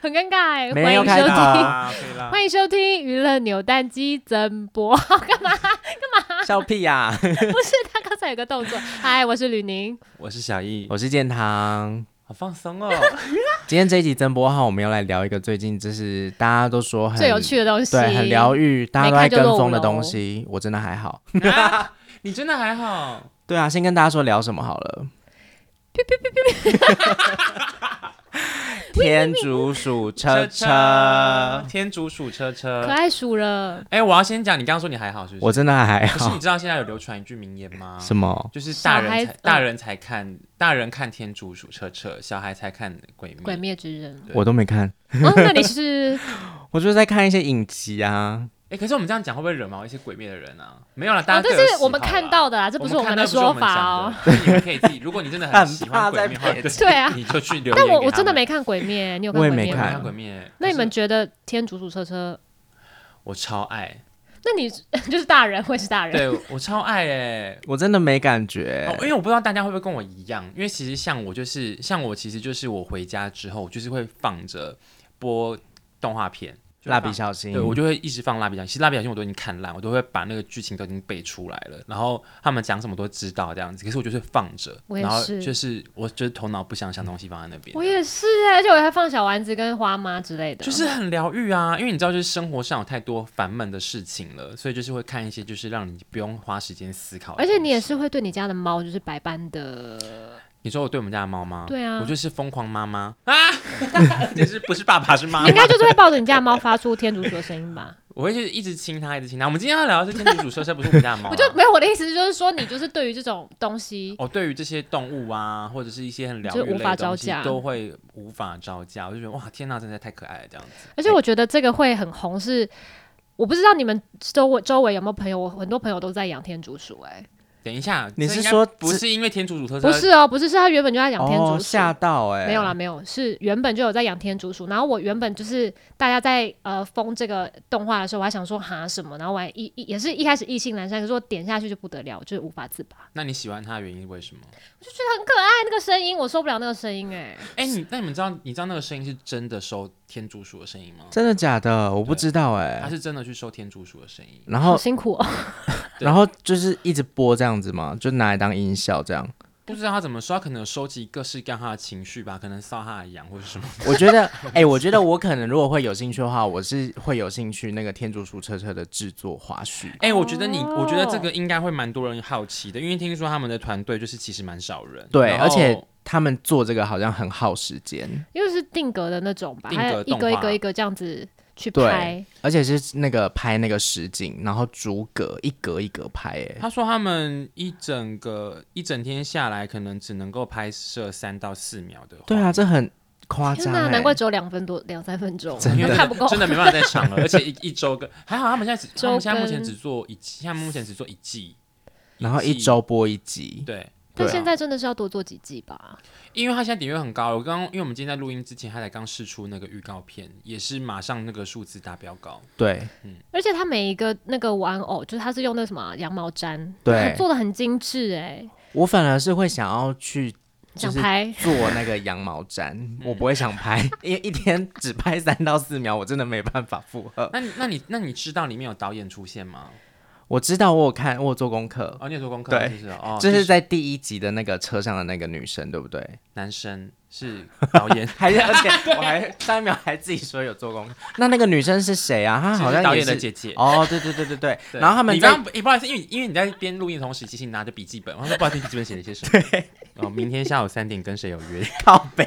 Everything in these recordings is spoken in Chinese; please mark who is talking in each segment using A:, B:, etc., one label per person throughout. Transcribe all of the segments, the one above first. A: 很尴尬哎、
B: 没
A: 欢
B: 有
A: 迎
B: 开
A: 收
B: 头
A: 听，
B: 啊
C: 可以啦
A: 欢迎收听娱乐扭蛋机增播。
B: 笑屁啊呀、
A: 不是，他刚才有个动作。嗨，我是吕宁。
C: 我是小易，
B: 我是建堂，
C: 好放松 哦。
B: 今天这一集增播号，我们要来聊一个最近就是大家都说很
A: 最有趣的东西，
B: 对，很疗
A: 愈。
B: 愈，大家都在
A: 没看就
B: 跟
A: 漏
B: 风的
A: 了
B: 东
A: 哦
B: 西，我真的还好。
C: 啊你真的还好？
B: 对啊，先跟大家说聊什么好 了。天竺鼠 车 车，
C: 天竺鼠车
A: 可
C: 车。
A: 爱鼠了，
C: 哎，我要先讲，你刚刚说你还好是不
B: 我
C: 是？
B: 真的还
C: 可是
B: 好
C: 你。知道现在有流传一句名言吗？
B: 什么？
C: 就是大
A: 小孩
C: 人才
A: 子
C: 大人才看大人看天竺鼠车车，小孩才看鬼灭。
A: 鬼灭之刃。
B: 我都没看，
A: 哦，那你 是
B: 我就是在看一些影集啊。
C: 哎，可是我们这样讲会不会惹毛一些鬼灭的人啊？没有啦，大
A: 哦，
C: 家
A: 这
C: 各有喜好
A: 是
C: 啦
A: 我们看，到的啦，这
C: 这
A: 不是我们的说法哦。。
C: 所以你们可以自己，如果你真的很喜
B: 很怕
C: 欢鬼灭的话，
B: 在
C: 对
A: 对啊，
C: 你就去留言给
A: 但
C: 他们。
A: 我我真的没看鬼灭，你有看
B: 我也
A: 鬼
B: 没
A: 灭
C: 看
A: 吗？
C: 鬼灭。
A: 那你
C: 可是
A: 们觉得天竺鼠车车？
C: 我超爱，
A: 那你就是 大人会是大人，
C: 对我超爱 哎、
B: 我真的没感觉
C: 哦，因为我不知道大家会不会跟我一样，因为其实像我就是像我其实就是我回家之后，我就是会放着播动画片，就
A: 啊
B: 蜡
C: 放
B: 笔小新，
C: 对我就会一直放蜡笔小新，其实蜡笔小新我都已经看烂，我都会把那个剧情都已经背出来了，然后他们讲什么都知道这样子，可是我就是放着，
A: 我也
C: 然后
A: 是
C: 就是我就是头脑不想想的东西放在那边，
A: 我也是哎，而且我还放小丸子跟花妈之类的，
C: 就是很疗愈啊，因为你知道，就是生活上有太多烦闷的事情了，所以就是会看一些就是让你不用花时间思考的
A: 而
C: 东西。
A: 且你也是会对你家的猫就是百般的，
C: 你说我对我们家的猫吗？
A: 对啊
C: 我就是疯狂妈 妈啊，就是不是爸爸是妈
A: 你应
C: 妈，
A: 该就是会抱着你家的猫发出天竺鼠的声音吧？
C: 我会就是一直亲它，一直亲它。我们今天要聊的是天竺鼠车车，不是我们家的猫 啊、
A: 我就没有我的意思，就是说你就是对于这种东西，
C: 哦，对于这些动物啊，或者是一些很疗
A: 就
C: 愈
A: 是无
C: 类
A: 法
C: 的
A: 招
C: 东西
A: 架，
C: 都会无法招架。我就觉得哇，天呐，真的太可爱了，这样子。
A: 而且我觉得这个会很红是。我不知道你们周围周围有没有朋友，我很多朋友都在养天竺鼠、哎，
C: 等一下，
B: 你
C: 这
B: 是
C: 应该
B: 说
C: 不
B: 这
C: 是因为天竺鼠车车？
A: 不是哦，不是，是他原本就在养天竺
B: 哦
A: 鼠，
B: 吓到哎，
A: 没有啦，，没有，是原本就有在养天竺鼠。然后我原本就是大家在呃封这个动画的时候，我还想说哈什么，然后我还一一也是一开始意兴阑珊，可是我点下去就不得了，就是无法自拔，
C: 那你喜欢它的原因是为什么？
A: 我就觉得很可爱哎那个声音，我受不了那个声音哎、
C: 哎、你那你们知道你知道那个声音是真的收天竺鼠的声音吗？
B: 真的假的？我不知道
C: 它
B: 哎。
C: 是真的去收天竺鼠的声音。
B: 然
A: 好
B: 后，
A: 辛苦哦。
C: 对
B: 然后就是一直播这样子嘛，就拿来当音效这样。
C: 不知道他怎么说，他可能有收集各式各样他的情绪吧，可能搔他的痒或者什么。
B: 我觉 得，哎、我觉得我可能如果会有兴趣的话，我是会有兴趣那个天竺鼠车车的制作花絮。
C: 哎、我觉得你，
A: 哦
C: 我觉得这个应该会蛮多人好奇的，因为听说他们的团队就是其实蛮少人，
B: 对，
C: 然后
B: 而且他们做这个好像很耗时间，
A: 因为是定格的那种吧，
C: 定
A: 还有
C: 格
A: 一
C: 动
A: 格一
C: 画
A: 格一格这样子去
B: 对
A: 拍，
B: 而且是那个拍那个实景，然后逐格一格一格拍、哎，
C: 他说他们一整个一整天下来，可能只能够拍摄三到四秒的。
B: 对啊，，这很夸
A: 天
B: 张、
A: 哪，
B: 哎
A: 难怪只有两分多两三分钟，
B: 真
C: 因为
A: 看不够。
C: 真的没办法再 长了，而且一一周跟还好，他们现在只他们现在目前
A: 周更
C: 只做一季，现在目前只做一季，
B: 然后一
C: 季
B: 周播一集，
C: 对。
A: 但
B: 对啊
A: 现在真的是要多做几季吧。
C: 因为他现在点阅很高，我刚因为我们今天在录音之前，他才刚试出那个预告片，也是马上那个数字达标高。
B: 对
A: 而且它每一个那个玩偶，就是它是用那个什么啊羊毛毡，
B: 对
A: 做的很精致哎、
B: 我反而是会想要去就
A: 想
B: 是
A: 拍。
B: 做那个羊毛 毡，我不会想拍，因为一天只拍三到四秒，我真的没办法负荷。
C: 那你那你那你知道里面有导演出现吗？
B: 我知道，我有看，我有做功课，
C: 哦，你有做功课
B: 对
C: 就是哦，
B: 这
C: 就是
B: 在第一集的那个车上的那个女生，对不对？，
C: 男生 是导演
B: 还 是而且我还上一秒还自己说有做功课。 那那个女生是谁啊？她
C: 就
B: 好
C: 是
B: 像
C: 导
B: 也
C: 演的
B: 是
C: 姐姐。
B: 哦，对对对对对。
C: 对
B: 然后他们
C: 你
B: 在
C: 刚也不好意思，因为因为你在边录音的同时，其实你拿着笔记本，我说不好意思，笔记本写了些 什么？哦，明天下午三点跟谁有约？
B: 靠北，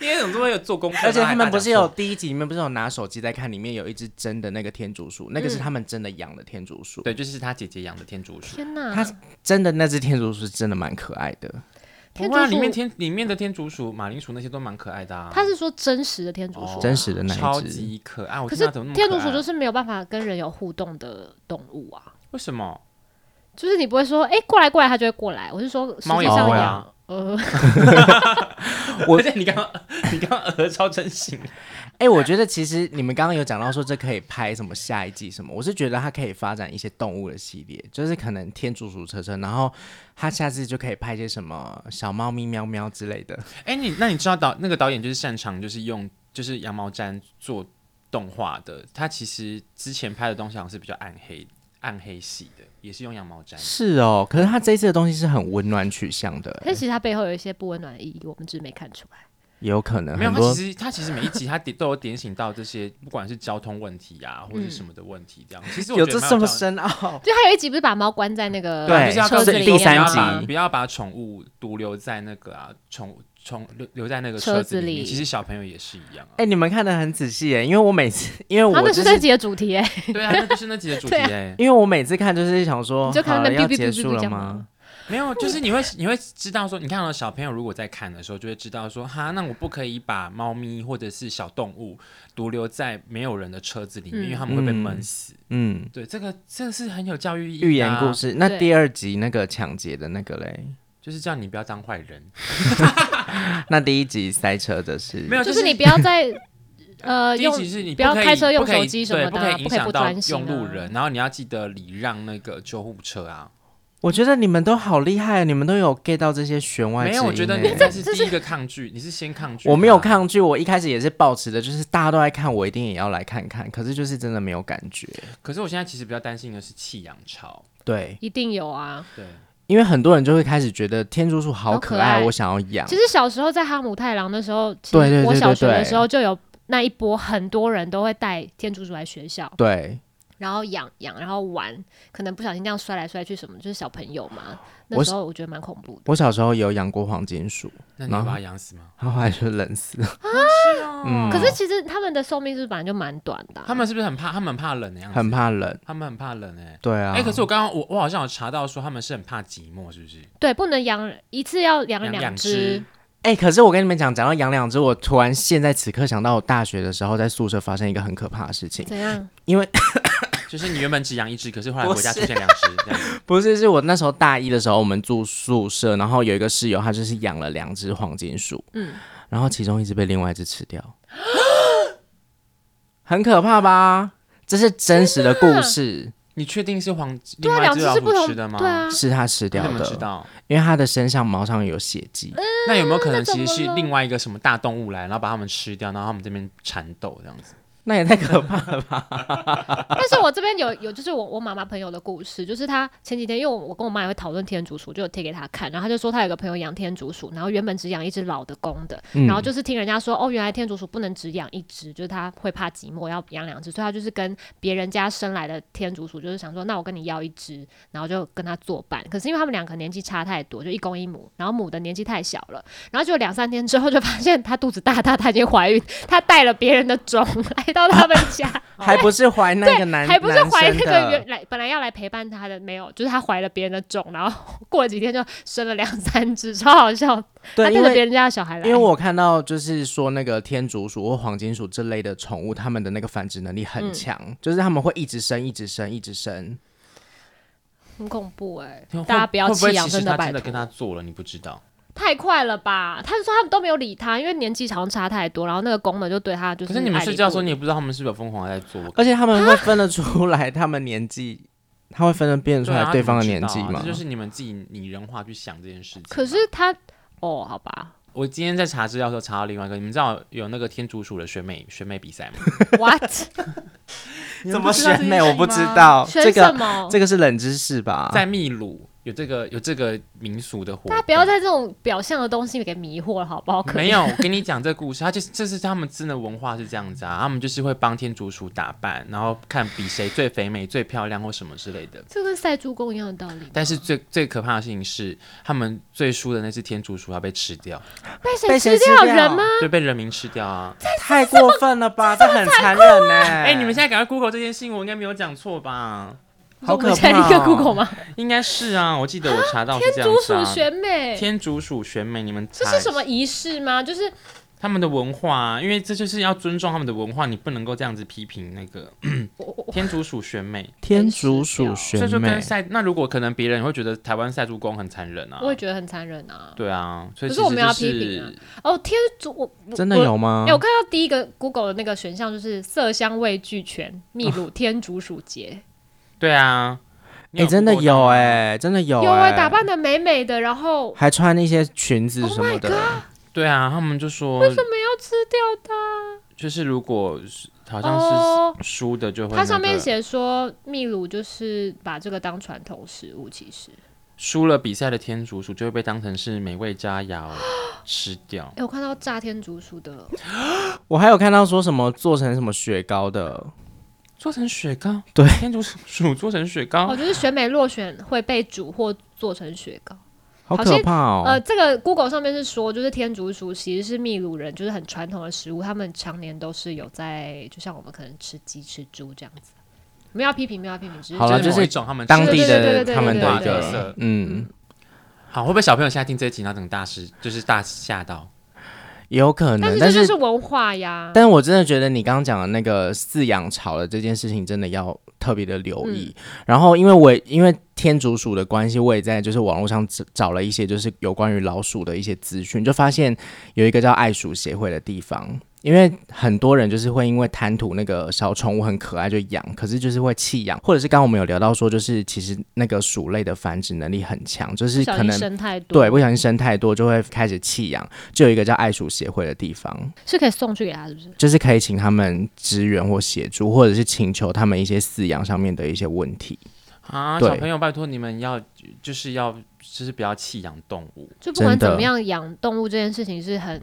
C: 因为总是会有做功课，
B: 而且他
C: 然后还
B: 们
C: 大
B: 不
C: 讲
B: 是有
C: 说
B: 第一集里面不是有拿手机在看，里面有一只真的那个天竺鼠，那个是他们真的养的天竺鼠，
C: 对，就是他姐姐养的天竺鼠。
A: 天哪！
B: 它真的那只天竺鼠是真的蛮可爱的。
A: 天
C: 不会啊
A: 竺鼠
C: 里面天里面的天竺鼠、马铃薯那些都蛮可爱的啊。
A: 他是说真实的天竺鼠、啊
C: 哦
B: 真实的那一只
C: 超级可爱。我
A: 可
C: 哦天
A: 是
C: 哪怎么那么
A: 天
C: 可
A: 竺鼠
C: 爱啊
A: 就是没有办法跟人有互动的动物啊，
C: 为什么？
A: 就是你不会说哎、诶过来过来，它就会过来。我是说实
C: 猫
A: 际
C: 也
A: 上
B: 不会
C: 啊
A: 养，呃，
C: 我你刚刚你刚刚鹅超真心，
B: 哎、我觉得其实你们刚刚有讲到说这可以拍什么下一季什么，我是觉得它可以发展一些动物的系列，就是可能天竺鼠车车，然后它下次就可以拍一些什么小猫咪喵喵之类的。
C: 哎、你那你知道导那个导演就是擅长就是用就是羊毛毡做动画的，他其实之前拍的东西好像是比较暗黑暗黑系的，也是用羊毛 毡。
B: 是哦，可是它这一次的东西是很温暖取向的、
A: 但其实它背后有一些不温暖的意义，我们只是没看出来。
B: 也有可能
C: 没有，
B: 很
C: 他
B: 多
C: 其实他其实每一集他点都有点醒到这些，不管是交通问题啊，或者是什
A: 嗯
C: 么的问题，这样。其实我
B: 有
C: 觉
B: 这
C: 得蛮
B: 这么
C: 道理的
B: 深奥。
A: 就还有一集不是把猫关在那个
B: 对
C: 就是要告
A: 车
C: 诉
A: 子
C: 你
A: 里
B: 第
A: 面
B: 三
A: 吗
B: 集
C: 不要把不要把宠物独留在那个啊，宠宠留留在那个
A: 车
C: 车
A: 子
C: 子里
A: 里
C: 面。其实小朋友也是一样啊
B: 哎、。你们看的很仔细耶，因为我每次，因为
A: 啊，
B: 我
A: 那
B: 就是是
A: 这，集的主 题哎、
C: 对啊，那就是那集的主题
A: 对啊
C: 哎、
B: 因为我每次看就是想说，
A: 你就看
B: 好
A: 到那
B: 了要
A: 哔哔
B: 结
A: 哔哔
B: 束
A: 哔
B: 了
A: 讲
B: 吗
A: 吗？
C: 没有，就是你会你会知道说，你看到小朋友如果在看的时候，就会知道说，哈，那我不可以把猫咪或者是小动物独留在没有人的车子里面，
A: 嗯
C: 因为他们会被
B: 嗯
C: 闷死。
B: 嗯，
C: 对，这个这个是很有教育意义、啊。
B: 寓言故事。那
A: 对
B: 第二集那个抢劫的那个嘞，
C: 就是叫你不要当坏人，
B: 那第一集塞车的是
C: 没有，
A: 就是是你不要 再呃
C: 第一
A: 用
C: 集是你
A: 不要
C: 可以
A: 开车用
C: 不可以
A: 手机什
C: 对
A: 么的啊
C: 不可以影
A: 不可以
C: 响
A: 不
C: 到
A: 专心
C: 用路
A: 啊
C: 人，然后你要记得礼让那个救护车啊。
B: 我觉得你们都好厉害，你们都有 get 到这些弦外之
C: 没
B: 音耶。
C: 有，我觉得你应 该是第一个抗拒，你是先抗拒。
B: 我没有，抗拒，我一开始也是抱持的，就是大家都在看，我一定也要来看看。可是就是真的没有感觉，
C: 可是我现在其实比较担心的是弃养潮。
B: 对，
A: 一定有啊。
C: 对，
B: 因为很多人就会开始觉得天竺鼠好可
A: 好可爱
B: 我想要养
A: 其。实小时候在哈姆太郎的时候，其
B: 对对
A: 实
B: 对
A: 我小学
B: 对对
A: 的时候就有那一波，很多人都会带天竺鼠来学校，
B: 对，
A: 然后养养，然后玩，可能不小心这样摔来摔去什么，就是小朋友嘛。那
B: 我
A: 时候我觉得蛮恐怖的。
B: 我小时候有养过黄金鼠，
C: 那你有把它养死吗？
B: 它后来就冷死 了。
C: 啊哦
B: 嗯
A: 可是其实他们的寿命是不是本来就蛮短的啊、
C: 他们是不是很怕？他们很怕冷的样子，
B: 很，怕冷。
C: 他们很怕冷哎、
B: 对啊，
C: 哎、可是我刚刚我我好像有查到说他们是很怕寂寞，是不是？
A: 对不能养一次要养
C: 养两
A: 两
C: 只
A: 只，
B: 哎、可是我跟你们讲，讲到养两只，我突然现在此刻想到，我大学的时候在宿舍发生一个很可怕的事情，
A: 怎样？
B: 因为
C: 就是你原本只养一只，可是后来
B: 不
C: 回家
B: 是
C: 出现两只，这样
B: 不是，是我那时候大一的时候，我们住宿舍，然后有一个室友，他就是养了两只黄金鼠，
A: 嗯
B: 然后其中一只被另外一只吃掉， 很可怕吧？这是真实的故 事，
C: 你确定是黄另
A: 对啊，
C: 外一
A: 两
C: 只
A: 只
C: 老
A: 是不
C: 虎
A: 同
C: 吃的吗？
A: 对啊，
B: 是他吃
C: 你
B: 掉
C: 怎么知
B: 的，
C: 道？
B: 因为他的身上毛上有血迹。
C: 那有没有可能
A: 那怎
C: 其实
A: 么
C: 是
A: 了
C: 另外一个什么大动物来，然后把它们吃掉，然后他们这边缠斗这样子？
B: 那也太可 怕了吧！
A: 但是我这边有有，就是我我妈妈朋友的故事，就是她前几天，因为我我跟我妈也会讨论天竺鼠，就有贴给她看，然后她就说她有个朋友养天竺鼠，然后原本只养一只老的公的，
B: 嗯
A: 然后就是听人家说哦，原来天竺鼠不能只养一只，就是她会怕寂寞，要养两只，所以她就是跟别人家生来的天竺鼠，就是想说那我跟你要一只，然后就跟她作伴。可是因为他们两个年纪差太多，就一公一母，然后母的年纪太小了，然后就两三天之后就发现她肚子大大，她已经怀孕，她带了别人的种来到他们家。
B: 还不是怀那个男，
A: 还不是怀那
B: 男生
A: 个
B: 的
A: 原来本来要来陪伴他的，没有，就是他怀了别人的种，然后 过了几天就生了两三只，超好笑。他
B: 对，
A: 带
B: 因
A: 着
B: 为
A: 别人家的小孩来，
B: 因为我看到就是说那个天竺鼠或黄金鼠这类的宠物，它们的那个繁殖能力
A: 嗯
B: 很强，就是它们会一直生、一直生、一直生。
A: 很恐怖哎、
C: 会
A: 大家不要
C: 会不会
A: 弃
C: 其
A: 养，
C: 实
A: 真
C: 他
A: 的
C: 真
A: 拜
C: 的跟
A: 托。
C: 他做了，你不知道。
A: 太快了吧？他就说他们都没有理他，因为年纪好像差太多，然后那个公的就对他就
C: 可
A: 是。
C: 是你们睡觉的时候，你也不知道他们是不是有疯狂地在做。
B: 而且它们会分得出来，它们年纪，它会分得辨得出
C: 啊
B: 来
C: 他
B: 对
C: 怎么
B: 方的
C: 知
B: 年
C: 道
B: 纪
C: 啊
B: 吗？
C: 这就是你们自己拟人化去想这件事情。
A: 可是他哦，好吧
C: 我今天在查资料的时候查到另外一个，你们知道有那个天竺鼠的选美选美比赛吗？
A: ，what
B: 怎么选美？
C: 你
B: 我
C: 们
B: 不
C: 不知道这件事
B: 知
A: 选什
B: 道这个
C: 情吗
A: 么？
B: 这个是冷知识吧？
C: 在秘鲁有这个有这个民俗的活动。
A: 大家不要在这种表象的东西给迷惑了，好不好？可
C: 没有，我跟你讲这故事，他就是这是他们真的文化是这样子啊，他们就是会帮天竺鼠打扮，然后看比谁最肥美、最漂亮或什么之类的。
A: 这跟赛猪公一样的道理吗。
C: 但是最最可怕的事情是，他们最输的那只天竺鼠要被吃掉，
A: 被谁
B: 被谁
A: 吃
B: 吃
A: 掉
B: 掉
A: 人吗？
C: 就被人民吃掉啊！
B: 太过分了吧？这很残忍呢！
C: 哎、
B: 哎
C: 你们现在赶快 Google 这件事情，我应该没有讲错吧？
B: 好可
A: 我
B: 怕哦
A: 们现在立刻 Google 吗？
C: 应该是啊，我记得我查到是这样
A: 竹
C: 子
A: 鼠
C: 啊。
A: 选美，
C: 天竺鼠选美，你们
A: 这
C: 猜
A: 是什么仪式吗？就是
C: 他们的文化、啊，因为这就是要尊重他们的文化，你不能够这样子批评那个
A: 我我我
C: 天竺鼠 选美，
B: 天竺鼠
C: 这
B: 选
C: 就
B: 美
C: 跟，赛那如果可能别人会觉得台湾赛猪公很残忍啊，
A: 我也觉得很残忍啊。
C: 对啊，所以
A: 可
C: 其
A: 是
C: 实
A: 我们要
C: 就是
A: 批评啊哦，天竺，我
C: 啊
A: 我
B: 真的
A: 我
B: 有吗
A: 哎、？我看到第一个 Google 的那个选项就是色香味俱全，秘鲁
C: 啊
A: 天竺鼠节，
C: 对啊，你
B: 哎，真的有
C: 哎、
B: 哎，真的有
A: 有哎、
B: 哎，
A: 打扮的美美的，然后
B: 还穿那些裙子
A: Oh
B: 什么
A: my
B: 的
A: God，
C: 对啊，他们就说为什么
A: 要吃掉它。
C: 就是如果是好像是
A: 哦，
C: 输的就会、那
A: 它上面
C: 个
A: 写说秘鲁就是把这个当传统食物，其实，
C: 输了比赛的天竺鼠就会被当成是美味佳肴吃掉
A: 哎、。我看到炸天竺鼠的，
C: 啊
B: 我还有看到说什么做成什么雪糕的，
C: 做成雪糕，
B: 对，
C: 天竺鼠做成雪糕
A: 哦，，就是选美落选会被煮或做成雪糕。
B: 好
A: 好
B: 可
A: 像
B: 怕
A: 呃，
B: 哦！
A: 这个 Google 上面是说，就是天竺鼠其实是秘鲁人，就是很传统的食物，他们常年都是有在，就像我们可能吃鸡、吃猪这样子。没有要批评，没有要批评，只是
B: 好了
A: 觉得
C: 就
B: 就是
C: 某一种他们
B: 当
C: 吃
B: 地
A: 对对对对
B: 的
A: 对
B: 他们的一
C: 对对对
B: 个，嗯，
C: 好，会不会小朋友现在听这一集，然后整个大师就是大吓到？
B: 也有可
A: 但
B: 能，
A: 是
B: 但
A: 这就是是文化呀。
B: 但我真的觉得你刚刚讲的那个饲养潮的这件事情，真的要特别的留
A: 嗯
B: 意。然后，因为我因为天竺鼠的关系，我也在就是网络上找找了一些就是有关于老鼠的一些资讯，就发现有一个叫爱鼠协会的地方。因为很多人就是会因为贪图那个小宠物很可爱就养，可是就是会弃养，或者是刚刚我们有聊到说，就是其实那个鼠类的繁殖能力很强，就是
A: 不小
B: 可
A: 心
B: 能
A: 生太多，
B: 对不小心生太多就会开始弃养，就有一个叫爱鼠协会的地方。
A: 是可以送去给他，是不是？
B: 就是可以请他们支援或协助，或者是请求他们一些饲养上面的一些问题。
C: 啊，
B: 对
C: 小朋友，拜托你们要就是要就是不要弃养动物。
A: 就不管
B: 真的
A: 怎么样，养动物这件事情是很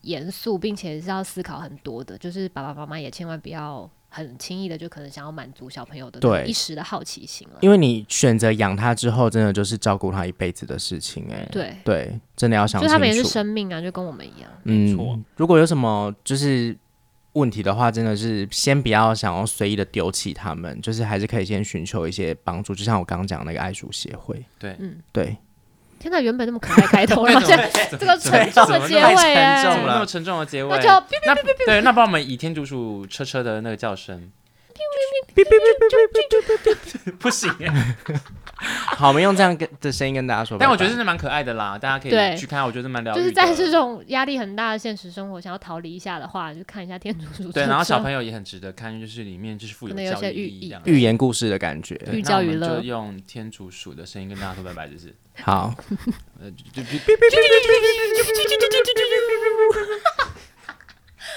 A: 严肃，并且是要思考很多的。就是爸爸妈妈也千万不要很轻易的就可能想要满足小朋友的那
B: 对
A: 一时的好奇心了。
B: 因为你选择养它之后，真的就是照顾它一辈子的事情、哎，
A: 对，
B: 对，真的要想
A: 就
B: 清
A: 他们也是
B: 楚。
A: 生命啊，就跟我们一样。
C: 没错
B: 嗯，如果有什么就是嗯问题的话，真的是先不要想要随意的丢弃它们，就是还是可以先寻求一些帮助。就像我刚刚讲那个爱鼠协会，
C: 对，
B: 对，
A: 天呐，原本那么可爱的开 头，然后现在这个沉重的结尾、
B: 太沉
C: 怎
B: 重
A: 哎，
C: 么那么沉重哎的结尾？
A: 那就
C: 那对，那帮我们以天竺鼠车车的那个叫声，不行耶。
B: 好，我们用这样跟的声音跟大家说拜拜。
C: 但我觉得真的蛮可爱的啦，大家可
A: 对
C: 以去看，我觉得蛮疗愈
A: 就
C: 的。
A: 是在这种压力很大的现实生活，想要逃离一下的话，就看一下天竺鼠。
C: 对，然后小朋友也很值得看，就是里面就是富
A: 可能有
C: 教
A: 些
C: 育
A: 寓
C: 意义
A: 意
C: 这样子。
B: 寓言故事的感觉。
C: 对
A: 寓
C: 那
A: 教
C: 我
A: 于
C: 们
A: 乐
C: 就用天竺鼠的声音跟大家说拜拜，就是
B: 好，
C: 呃，就就就